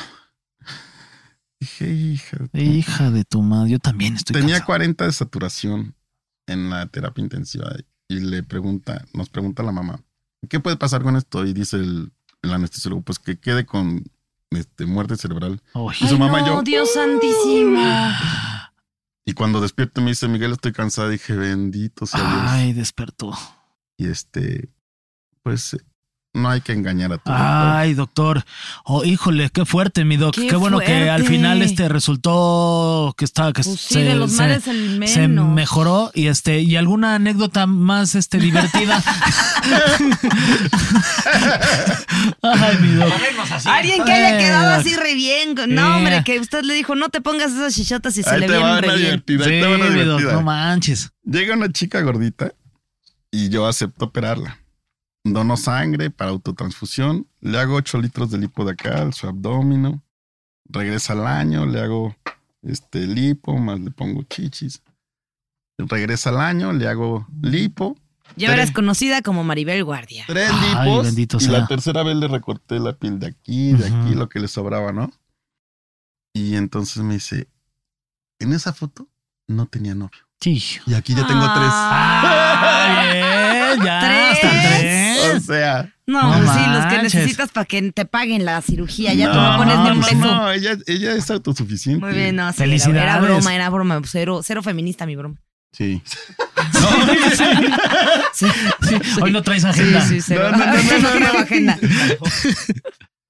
D: Dije, hija. de tu
B: Hija de tu madre, yo también estoy
D: Tenía
B: cansado.
D: 40 de saturación en la terapia intensiva y le pregunta, nos pregunta la mamá, ¿qué puede pasar con esto? Y dice el, el anestesiólogo, pues que quede con este, muerte cerebral.
B: Ay.
D: Y su
C: Ay,
D: mamá
C: no,
D: yo-
C: Dios santísimo.
B: Ah,
D: Y cuando despierto me dice, Miguel, estoy cansada. Dije, bendito sea Dios.
B: Ay, despertó.
D: Y este, pues no hay que engañar a tu
B: Ay, doctor. Oh, híjole, qué fuerte, mi doc. Qué,
C: Qué
B: bueno que al
C: fuerte.
B: final este resultó que está que
C: Pues sí, de los males el menos.
B: se mejoró y este y alguna anécdota más este divertida. Ay, mi doc.
C: Alguien que haya
B: Ay,
C: quedado
B: doc.
C: así re bien. No,
B: Mira.
C: hombre, que usted le dijo, no te pongas esas chichotas y se
D: Ahí
C: le
D: te va
C: vieron
D: una
C: re bien.
D: divertida, ahí te va una
B: Sí, mi doc,
D: divertida.
B: no manches.
D: Llega una chica gordita y yo acepto operarla. Dono sangre para autotransfusión, le hago 8 litros de lipo de acá, al su abdomino. Regresa al año, le hago este lipo, más le pongo chichis. Regresa al año, le hago lipo,
C: Yo eres conocida como Maribel Guardia.
D: tres
B: Ay,
D: lipos.
B: bendito
D: y
B: sea.
D: la tercera vez le recorté la piel de aquí, de aquí,
B: Ujú.
D: lo que le sobraba, ¿no? Y entonces me dice, en esa foto no tenía novio.
B: Sí.
D: Y aquí ya tengo tres.
B: Ah, bien, ya
C: Tres.
B: hasta
D: O
B: tres.
D: sea.
C: No,
B: No
C: pues sí, los que
B: manches.
C: necesitas para que te paguen la cirugía. Ya tú no
B: No,
C: pones ni un
B: no,
C: peso.
D: no, ella, ella es autosuficiente.
C: Muy bien, no, sí, era-
B: Felicidades.
C: Era, broma, era broma. Cero, cero feminista mi broma.
D: Sí.
C: Sí,
B: Sí, Hoy no traes agenda.
C: Sí, sí, cero.
D: No, no, no, no,
C: No
D: no.
C: traigo agenda.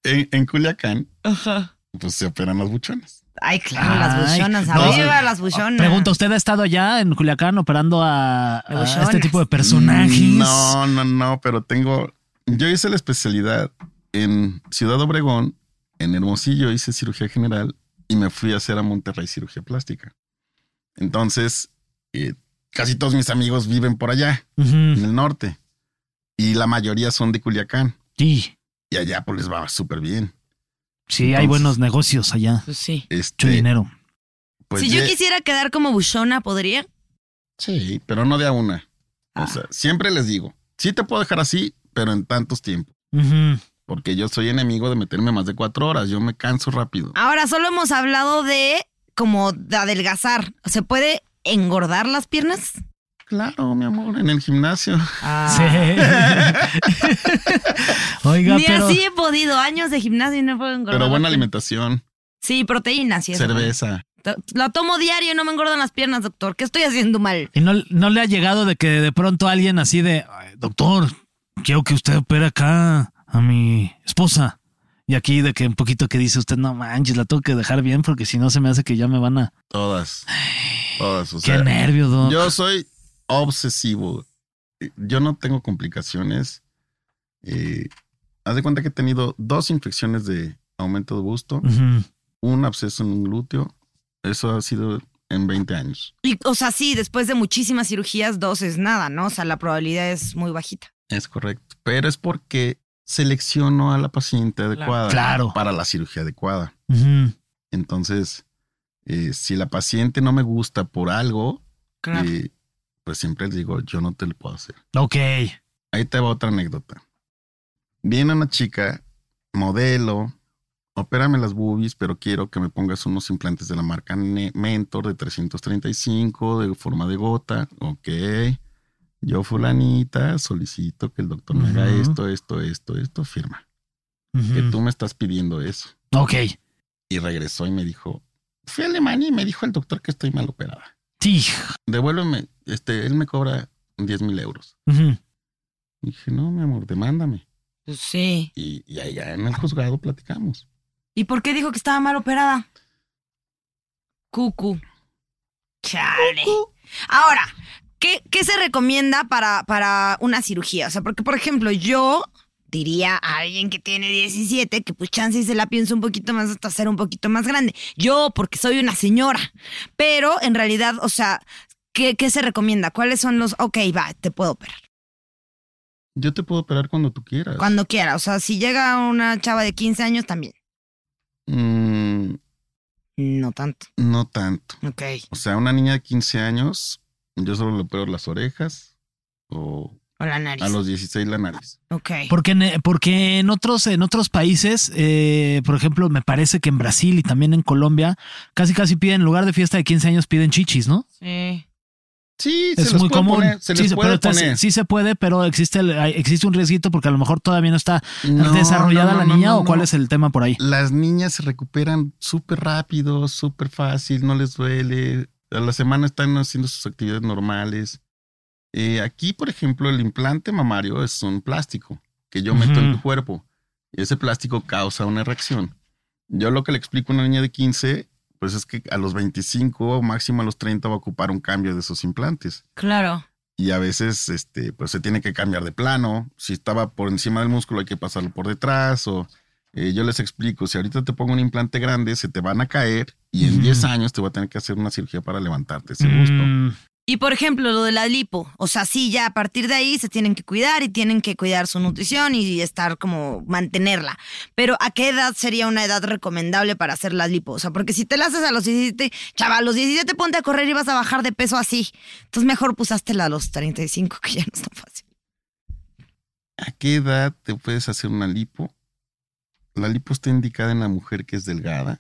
D: En, en Culiacán,
C: Ajá.
D: pues se operan los buchones.
C: Ay, claro, las
B: Ay,
C: buchonas.
B: no.
C: Arriba las buchonas.
B: Pregunta, ¿usted ha estado allá en Culiacán operando a, a
C: Buchonas.
B: este tipo de personajes?
D: No, no, no, pero tengo. Yo hice la especialidad en Ciudad Obregón, en Hermosillo hice cirugía general y me fui a hacer a Monterrey cirugía plástica. Entonces, eh, casi todos mis amigos viven por allá, en
B: Ujú.
D: el norte, y la mayoría son de Culiacán.
B: Sí,
D: Y allá pues les va súper bien.
B: sí, hay
D: Entonces-
B: buenos negocios allá.
C: Pues sí.
D: Este,
B: Mucho dinero.
D: pues,
C: si yo
D: ye-
C: quisiera quedar como buchona, ¿podría?
D: Sí, pero no de a una.
C: Ah.
D: O sea, siempre les digo, sí te puedo dejar así, pero en tantos tiempos.
B: Ujú.
D: Porque yo soy enemigo de meterme más de cuatro horas. Yo me canso rápido.
C: Ahora solo hemos hablado de como de adelgazar. ¿Se puede engordar las piernas?
D: Claro, mi amor, en el gimnasio.
C: Ah.
B: Sí. Oiga,
C: Ni
B: pero.
C: así he podido. Años de gimnasio y no puedo engordar.
D: Pero
C: las piernas.
D: buena alimentación,
C: Sí, proteína, sí. eso.
D: cerveza.
C: To- La tomo diario y no me engordan las piernas, doctor. ¿Qué estoy haciendo mal?
B: ¿Y no, no le ha llegado de que de pronto alguien así de, "Ay, doctor, quiero que usted opere acá a mi esposa? Y aquí de que un poquito que dice usted, no manches, la tengo que dejar bien porque si no se me hace que ya me van a...
D: Todas. Todas. O
B: Qué
D: sea,
B: nervio, doc.
D: yo soy obsesivo. Eh, Yo no tengo complicaciones. Eh, haz de cuenta que he tenido dos infecciones de aumento de busto,
B: Ujú.
D: un absceso en un glúteo. Eso ha sido en 20 años.
C: Y, o sea, sí, después de muchísimas cirugías, dos es nada, ¿no? O sea, la probabilidad es muy bajita.
D: Es correcto, pero es porque seleccionó a la paciente adecuada
B: Claro.
D: para la cirugía adecuada.
B: Ujú.
D: Entonces, eh, si la paciente no me gusta por algo, eh, pues siempre les digo, yo no te lo puedo hacer.
B: Ok.
D: Ahí te va otra anécdota. Viene una chica, modelo, opérame las boobies, pero quiero que me pongas unos implantes de la marca Ne- Mentor de 335, de forma de gota. Ok. Yo, fulanita, solicito que el doctor me haga
B: Ujú. Mm.
D: esto, esto, esto, esto, firma. Que
B: Ujú.
D: tú me estás pidiendo eso.
B: Ok.
D: Y regresó y me dijo, fui a Alemania y me dijo el doctor que estoy mal operada.
B: Sí.
D: Devuélveme, este, él me cobra 10 mil euros.
B: Ujú.
D: Y dije, no, mi amor, demándame.
C: Pues sí.
D: Y, y allá en el juzgado platicamos.
C: ¿Y por qué dijo que estaba mal operada? Cucu. Chale. Ahora, ¿qué, qué se recomienda para, para una cirugía? O sea, porque, por ejemplo, yo diría a alguien que tiene 17 que pues chance y se la pienso un poquito más hasta ser un poquito más grande. Yo, porque soy una señora. Pero en realidad, o sea, ¿qué, qué se recomienda? ¿Cuáles son los, ok, va, te puedo operar?
D: Yo te puedo operar cuando tú quieras.
C: Cuando quiera. O sea, si llega una chava de 15 años también.
D: Mm,
C: No tanto.
D: no tanto.
C: Ok.
D: O sea, una niña de 15 años, yo solo le opero las orejas o
C: O la nariz.
D: a los 16 la nariz.
C: Ok.
B: Porque en, eh, porque en otros, en otros países, eh, por ejemplo, me parece que en Brasil y también en Colombia, casi casi piden, en lugar de fiesta de 15 años, piden chichis, ¿no?
C: Sí.
D: Sí,
B: es
D: se les
B: muy
D: puede
B: común.
D: poner, se
B: sí,
D: les
B: se-
D: puede
B: pero te-
D: poner.
B: sí se puede, pero existe, el- hay- existe un riesguito porque a lo mejor todavía no está
D: No,
B: desarrollada
D: no,
B: la
D: no, no,
B: niña
D: no,
B: o cuál
D: no.
B: es el tema por ahí.
D: Las niñas se recuperan súper rápido, súper fácil, no les duele. A la semana están haciendo sus actividades normales. Eh, aquí, por ejemplo, el implante mamario es un plástico que yo meto en
B: Ujú.
D: tu cuerpo. Ese plástico causa una reacción. Yo lo que le explico a una niña de 15, pues es que a los 25 o máximo a los 30 va a ocupar un cambio de esos implantes.
C: Claro.
D: y a veces este, pues se tiene que cambiar de plano. Si estaba por encima del músculo hay que pasarlo por detrás o eh, yo les explico, si ahorita te pongo un implante grande se te van a caer y en
B: Ujú.
D: 10 años te voy a tener que hacer una cirugía para levantarte ese gusto.
B: Mm,
C: Y por ejemplo, lo de la lipo. O sea, sí, ya a partir de ahí se tienen que cuidar y tienen que cuidar su nutrición y estar como mantenerla. Pero ¿a qué edad sería una edad recomendable para hacer la lipo? O sea, porque si te la haces a los 17, chaval, a los 17 ponte a correr y vas a bajar de peso así. Entonces mejor pusastela a los 35, que ya no es tan fácil.
D: ¿A qué edad te puedes hacer una lipo? La lipo está indicada en la mujer que es delgada,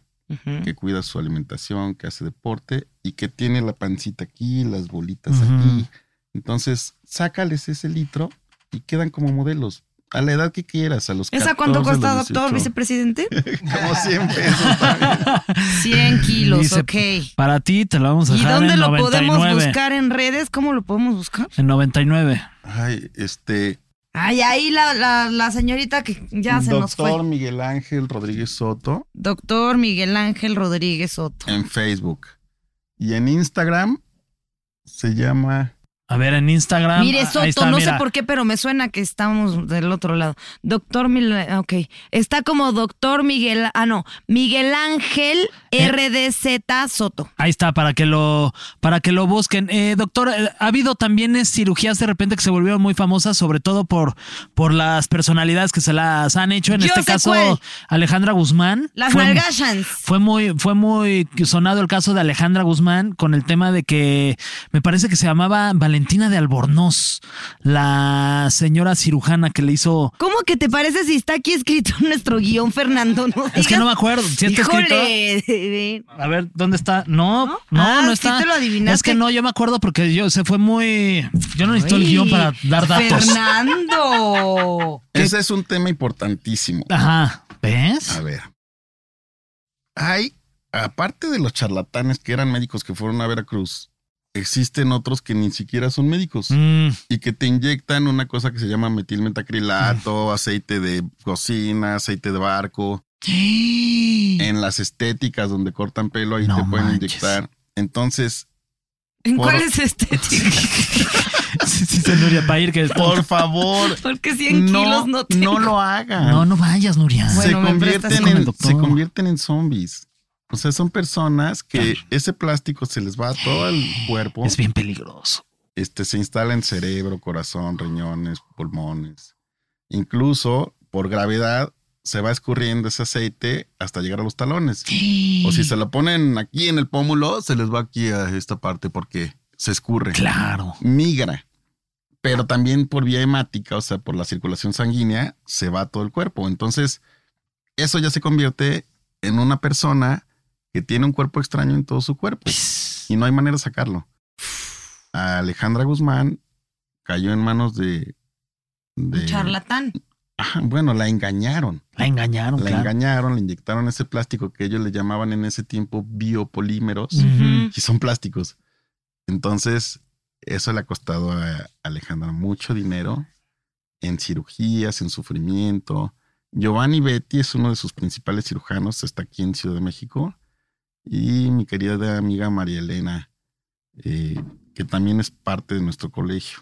D: que cuida su alimentación, que hace deporte y que tiene la pancita aquí, las bolitas
B: Ujú.
D: aquí. Entonces, sácales ese litro y quedan como modelos. A la edad que quieras, a los
C: ¿Esa cuánto
D: 14,
C: cuesta,
D: a los
C: doctor,
D: 18.
C: vicepresidente?
D: Como 100 pesos también.
C: 100 kilos,
B: Dice,
C: ok.
B: Para ti te la vamos a
C: ¿Y
B: dejar
C: dónde
B: en
C: lo
B: 99.
C: podemos buscar en redes? ¿Cómo lo podemos buscar?
B: En 99.
D: Ay, este.
C: Ay, ahí la, la, la señorita que ya se nos
D: doctor
C: fue.
D: Miguel Ángel Rodríguez Soto
C: Doctor Miguel Ángel Rodríguez Soto.
D: en Facebook. Y en Instagram se llama.
B: A ver, en Instagram.
C: Mire,
B: ah,
C: Soto,
B: ahí está,
C: no sé
B: mira.
C: por qué, pero me suena que estamos del otro lado. Doctor Miguel, ok. Está como Doctor Miguel, ah, no, Miguel Ángel
B: Eh.
C: RDZ Soto.
B: Ahí está, para que lo, para que lo busquen. Eh, doctor, eh, ha habido también eh, cirugías de repente que se volvieron muy famosas, sobre todo por, por las personalidades que se las han hecho. En
C: Yo
B: este
C: sé
B: caso,
C: cuál.
B: Alejandra Guzmán.
C: Las
B: Fue-
C: Malgashans.
B: Fue muy, fue muy sonado el caso de Alejandra Guzmán con el tema de que me parece que se llamaba Valentina de Albornoz, la señora cirujana que le hizo.
C: ¿Cómo que te parece si está aquí escrito en nuestro guión, Fernando? No
B: Es que
C: digas-
B: no me acuerdo. ¿sí está escrito?
C: ¡Híjole!
B: A ver, ¿dónde está? No,
C: ¿No?
B: no,
C: Ah,
B: no
C: sí
B: está.
C: te lo adivinaste.
B: Es que no, yo me acuerdo porque yo se fue muy. Yo no necesito el
C: Ay,
B: guión para dar datos.
C: Fernando.
D: Ese es un tema importantísimo.
B: Ajá.
D: A
B: ¿Ves?
D: ver. Hay, aparte de los charlatanes que eran médicos que fueron a Veracruz, existen otros que ni siquiera son médicos.
B: Mm,
D: y que te inyectan una cosa que se llama metilmetacrilato, aceite de cocina, aceite de barco. En las estéticas donde cortan pelo ahí
B: No
D: te pueden
B: manches.
D: inyectar. Entonces,
C: ¿En
D: Por-
C: cuál es estética?
B: sí, sí, se Nuria, para ir que está-
D: por favor,
C: Porque 100
D: no,
C: kilos no te.
D: no lo hagan.
B: No, no vayas, Nuria.
D: se,
C: Bueno, me prestas
D: convierten
B: con el
D: en,
B: doctor.
D: se convierten en zombies. O sea, son personas que ese plástico se les va a todo el cuerpo.
B: Es bien peligroso.
D: este, se instala en cerebro, corazón, riñones, pulmones. Incluso por gravedad se va escurriendo ese aceite hasta llegar a los talones. O si se lo ponen aquí en el pómulo, se les va aquí a esta parte porque se escurre.
B: Claro.
D: Migra. Pero también por vía hemática, o sea, por la circulación sanguínea, se va a todo el cuerpo. Entonces, eso ya se convierte en una persona que tiene un cuerpo extraño en todo su cuerpo y no hay manera de sacarlo. A Alejandra Guzmán cayó en manos de. de-
C: Un charlatán.
D: Ajá, bueno, la engañaron.
B: La engañaron,
D: La
B: claro.
D: engañaron, le inyectaron ese plástico que ellos le llamaban en ese tiempo biopolímeros
B: Ujú.
D: y son plásticos. Entonces, eso le ha costado a Alejandra mucho dinero en cirugías, en sufrimiento. Giovanni Betty es uno de sus principales cirujanos, está aquí en Ciudad de México. Y mi querida amiga María Elena, eh, que también es parte de nuestro colegio.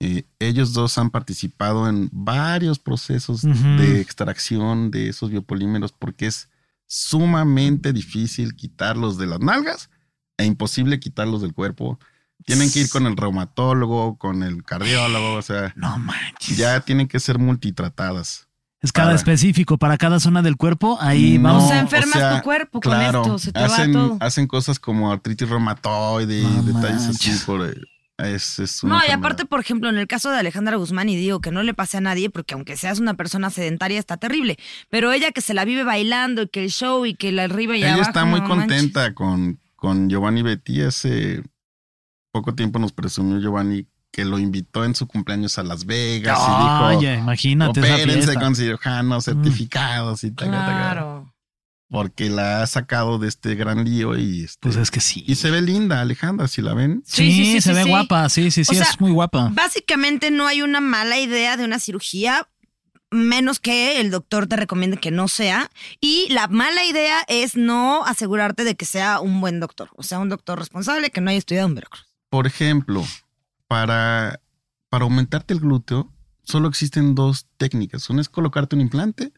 D: Eh, ellos dos han participado en varios procesos
B: Ujú.
C: Mm.
D: de extracción de esos biopolímeros porque es sumamente difícil quitarlos de las nalgas e imposible quitarlos del cuerpo. Tienen que ir con el reumatólogo, con el cardiólogo, o sea,
B: No manches.
D: ya tienen que ser multitratadas.
B: es cada
D: para-
B: específico para cada zona del cuerpo. Ahí
D: No,
B: vamos.
C: O sea, enfermas
D: o sea,
C: tu cuerpo con
D: claro,
C: esto, se te
D: hacen,
C: va todo.
D: Hacen cosas como artritis reumatoide, y
B: No
D: detalles así
B: manches.
D: por... eh, Es, es una
C: No, y
D: enfermedad.
C: aparte, por ejemplo, en el caso de Alejandra Guzmán, y digo que no le pase a nadie, porque aunque seas una persona sedentaria, está terrible. Pero ella que se la vive bailando y que el show y que la arriba y
D: Ella
C: abajo,
D: está muy
C: no manches.
D: contenta con, con Giovanni Betty. Hace poco tiempo nos presumió Giovanni que lo invitó en su cumpleaños a Las Vegas y dijo,
B: Oye, imagínate esa
D: opérense
B: fiesta. Mm.
D: con cirujanos certificados y tal,
C: Claro.
D: porque la ha sacado de este gran lío y, este,
B: Pues es que sí.
D: y se ve linda Alejandra, si la ven.
B: Sí,
C: Sí, sí, sí,
B: se
C: sí,
B: ve
C: sí.
B: guapa. Sí, sí, sí,
C: O sea,
B: es muy guapa.
C: Básicamente no hay una mala idea de una cirugía menos que el doctor te recomiende que no sea y la mala idea es no asegurarte de que sea un buen doctor, o sea, un doctor responsable que no haya estudiado un veracruz.
D: Por ejemplo, para, para aumentarte el glúteo, solo existen dos técnicas. Una es colocarte un implante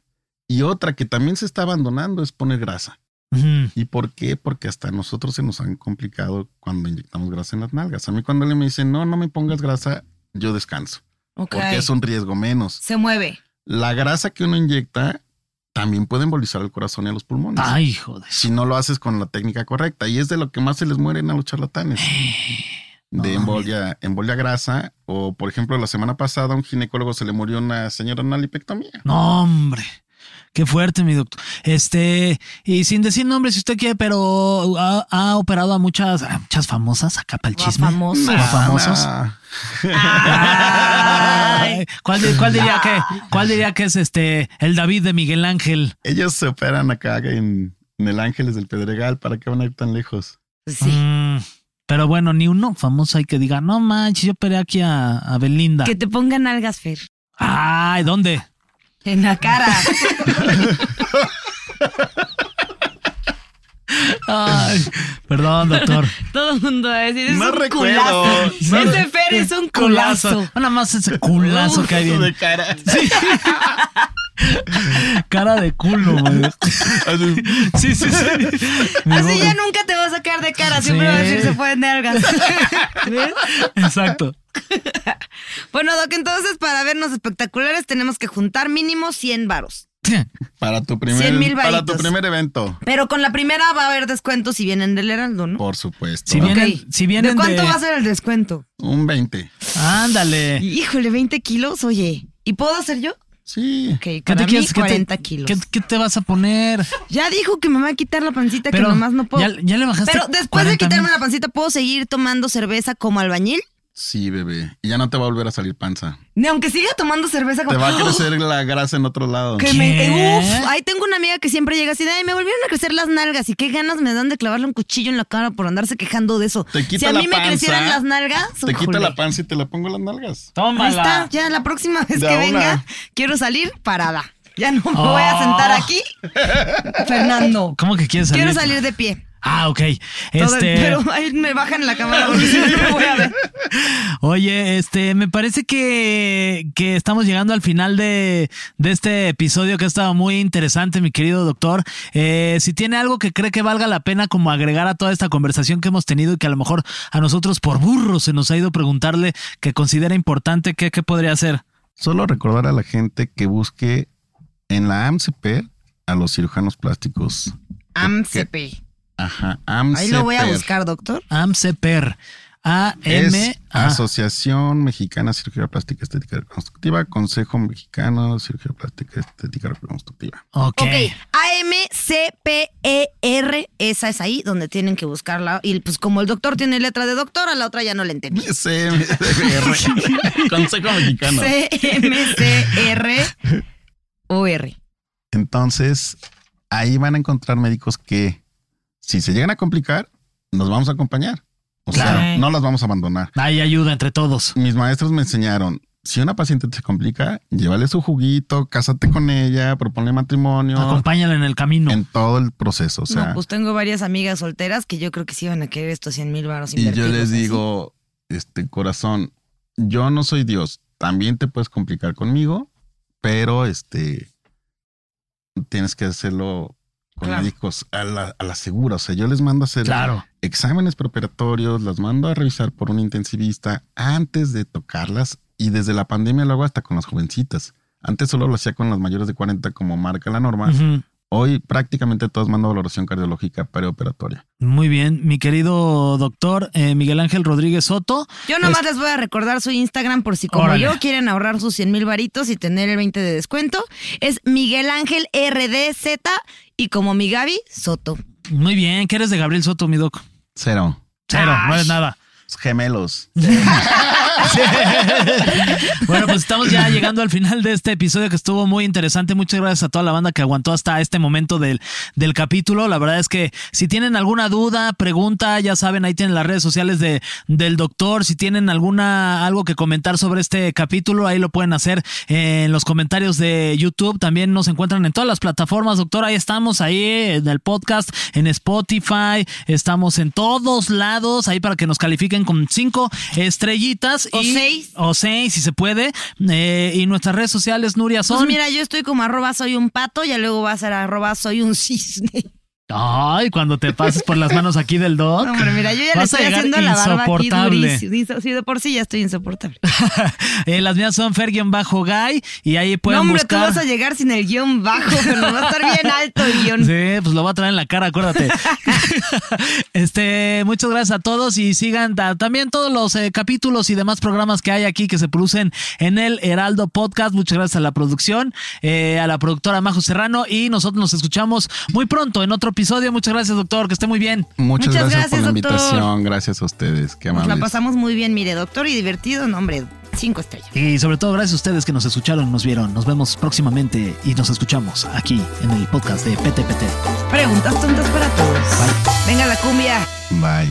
D: y otra que también se está abandonando es poner grasa.
B: Ujú.
D: ¿Y por qué? Porque hasta a nosotros se nos han complicado cuando inyectamos grasa en las nalgas. A mí cuando le me dicen, no, no me pongas grasa, yo descanso,
C: Ok.
D: porque es un riesgo menos.
C: Se mueve.
D: La grasa que uno inyecta también puede embolizar el corazón y a los pulmones.
B: Ay, joder.
D: Si no lo haces con la técnica correcta. Y es de lo que más se les mueren a los charlatanes. De
B: No,
D: embolia, embolia grasa. O, por ejemplo, la semana pasada a un ginecólogo se le murió una señora en una lipectomía.
B: No, hombre. Qué fuerte, mi doctor. Este, y sin decir nombres si usted quiere, pero ha, ha operado a muchas, a muchas famosas acá para el chisme.
C: famosos.
B: A famosos.
D: Ah,
C: Ay.
B: Ay, ¿Cuál, di- cuál diría que, cuál diría que es este el David de Miguel Ángel?
D: ellos se operan acá en, en el Ángeles del Pedregal. ¿Para qué van a ir tan lejos?
C: Sí.
B: Mm, pero bueno, ni uno famoso hay que diga, no manches, yo operé aquí a, a Belinda.
C: Que te pongan algas, Fer.
B: Ay, ¿dónde?
C: En la cara.
B: Ay, perdón, doctor.
C: Todo el mundo va a decir, es
D: No
C: un
D: recuerdo.
C: culazo.
B: No
C: Ese Fer es un culazo.
B: Nada más ese culazo que hay bien.
D: de cara.
B: Sí. Cara de culo, güey. Sí,
D: Así,
B: sí, sí. Mi
C: Así ya
B: boca.
C: nunca te vas a sacar de cara. Siempre
B: Sí.
C: va a decir, se pueden de algas. ¿Ves?
B: Exacto.
C: Bueno, Doc, entonces para vernos espectaculares tenemos que juntar mínimo 100 varos.
D: Para tu primer,
C: 100,000
D: para
C: varitos.
D: tu primer evento.
C: Pero con la primera va a haber descuento si vienen del Heraldo, ¿no?
D: Por supuesto.
B: Si vienen,
C: Ok.
B: si vienen
C: ¿De cuánto
B: de-
C: va a ser el descuento?
D: Un 20.
B: Ándale.
C: Híjole, 20 kilos, oye. ¿Y puedo hacer yo?
D: Sí.
C: Ok, para mí
B: quieres-
C: 40
B: qué te,
C: kilos.
B: ¿qué, qué te vas a poner?
C: Ya dijo que me va a quitar la pancita
B: Pero
C: que nomás no puedo.
B: ya- ya le bajaste
C: Pero después de
B: 40
C: quitarme
B: mil.
C: la pancita, ¿puedo seguir tomando cerveza como albañil?
D: Sí, bebé. Y ya no te va a volver a salir panza.
C: Ni aunque siga tomando cerveza como...
D: Te va a crecer la grasa en otro lado.
C: Que me-
B: ¿Qué?
C: eh, uf, ahí tengo una amiga que siempre llega así, de, ay, me volvieron a crecer las nalgas y qué ganas me dan de clavarle un cuchillo en la cara por andarse quejando de eso.
D: Te quita
C: si a
D: la
C: mí me
D: panza, ¿eh?
C: crecieran las nalgas,
D: Te quita
C: ujule.
D: la panza y te la pongo en las nalgas.
C: Ahí está,
B: Tómala.
C: ya la próxima vez
D: De
C: que
D: a una.
C: venga, quiero salir parada. Ya no me voy a
B: Oh.
C: sentar aquí, Fernando.
B: ¿Cómo que quieres salir?
C: Quiero salir de pie.
B: Ah, ok.
C: Todo el-
B: Este,
C: pero ahí me bajan la cámara porque si no, no voy a ver.
B: Oye, este, me parece que, que estamos llegando al final de, de este episodio que ha estado muy interesante, mi querido doctor. Eh, si tiene algo que cree que valga la pena como agregar a toda esta conversación que hemos tenido y que a lo mejor a nosotros por burro se nos ha ido preguntarle que considera importante, ¿qué, qué podría hacer?
D: Solo recordar a la gente que busque en la AMCP a los cirujanos plásticos.
C: AMCP.
D: Ajá. AMCP.
C: Ahí lo voy a buscar, doctor.
B: AMCEPER. A-M.
D: Es
B: ah,
D: Asociación Mexicana de Cirugía Plástica Estética Reconstructiva, Consejo Mexicano de Cirugía Plástica Estética Reconstructiva.
B: ok.
C: Ok, AMCPER, E esa es ahí donde tienen que buscarla. Y pues como el doctor tiene letra de doctor, a la otra ya no le entendí.
D: CMR. Consejo Mexicano.
C: CMCR E o R.
D: Entonces, ahí van a encontrar médicos que, si se llegan a complicar, nos vamos a acompañar. O sea,
B: Claro.
D: no las vamos a abandonar.
B: Ahí ayuda entre todos.
D: Mis maestros me enseñaron, si una paciente se complica, llévale su juguito, cásate con ella, proponle matrimonio.
B: Acompáñala en el camino.
D: En todo el proceso. O sea,
C: no, pues tengo varias amigas solteras que yo creo que sí iban a querer estos 100 mil baros.
D: y yo les digo, este corazón, yo no soy Dios. También te puedes complicar conmigo, pero este tienes que hacerlo con
C: Claro.
D: médicos a la, a la segura. O sea, yo les mando a hacer
B: Claro.
D: exámenes preparatorios, las mando a revisar por un intensivista antes de tocarlas y desde la pandemia lo hago hasta con las jovencitas. Antes solo lo hacía con las mayores de 40 como marca la norma.
B: Ujú.
D: Hoy prácticamente todos mando valoración cardiológica preoperatoria.
B: Muy bien, mi querido doctor eh, Miguel Ángel Rodríguez Soto.
C: Yo nomás les voy a recordar su Instagram por si como
B: Órale.
C: yo quieren ahorrar sus 100 mil varitos y tener el 20 de descuento. Es Miguel Ángel RDZ y como mi Gaby, Soto.
B: Muy bien, ¿qué eres de Gabriel Soto, mi doc?
D: Cero.
B: Cero, no eres nada.
D: Gemelos.
B: Bueno, pues estamos ya llegando al final de este episodio que estuvo muy interesante. Muchas gracias a toda la banda que aguantó hasta este momento del, del capítulo. La verdad es que si tienen alguna duda, pregunta, ya saben, ahí tienen las redes sociales de, del doctor. Si tienen alguna algo que comentar sobre este capítulo, ahí lo pueden hacer en los comentarios de YouTube. También nos encuentran en todas las plataformas, doctor. Ahí estamos, ahí en el podcast, en Spotify, estamos en todos lados, ahí para que nos califiquen con cinco estrellitas.
C: O
B: y-
C: seis.
B: o seis, si se puede. Eh, y nuestras redes sociales, Nuria, son.
C: Pues mira, yo estoy como arroba soy un pato, ya luego va a ser arroba soy un cisne.
B: Ay, cuando te pases por las manos aquí del doc.
C: No, pero mira, yo ya le
B: Vas a
C: estoy
B: llegar
C: haciendo la barba aquí
B: insoportable.
C: durísimo. Inso- Sí, de por sí ya estoy insoportable.
B: Eh, las mías son bajo guy y ahí
C: No,
B: pueden
C: hombre, tú
B: buscar.
C: vas a llegar sin el guión bajo, pero va a estar bien alto el guión.
B: Sí, pues lo va a traer en la cara, acuérdate. este, muchas gracias a todos y sigan ta- también todos los eh, capítulos y demás programas que hay aquí que se producen en el Heraldo Podcast. Muchas gracias a la producción, eh, a la productora Majo Serrano y nosotros nos escuchamos muy pronto en otro episodio. Muchas gracias, doctor, que esté muy bien.
D: Muchas,
C: Muchas
D: gracias, por
C: gracias,
D: la
C: doctor.
D: invitación. Gracias a ustedes. Qué
C: Nos
D: amables.
C: la pasamos muy bien, mire, doctor, y divertido, no, hombre, cinco estrellas.
B: Y sobre todo gracias a ustedes que nos escucharon, nos vieron. Nos vemos próximamente y nos escuchamos aquí en el podcast de PTPT.
C: Preguntas tontas para todos. Venga la cumbia.
D: Bye.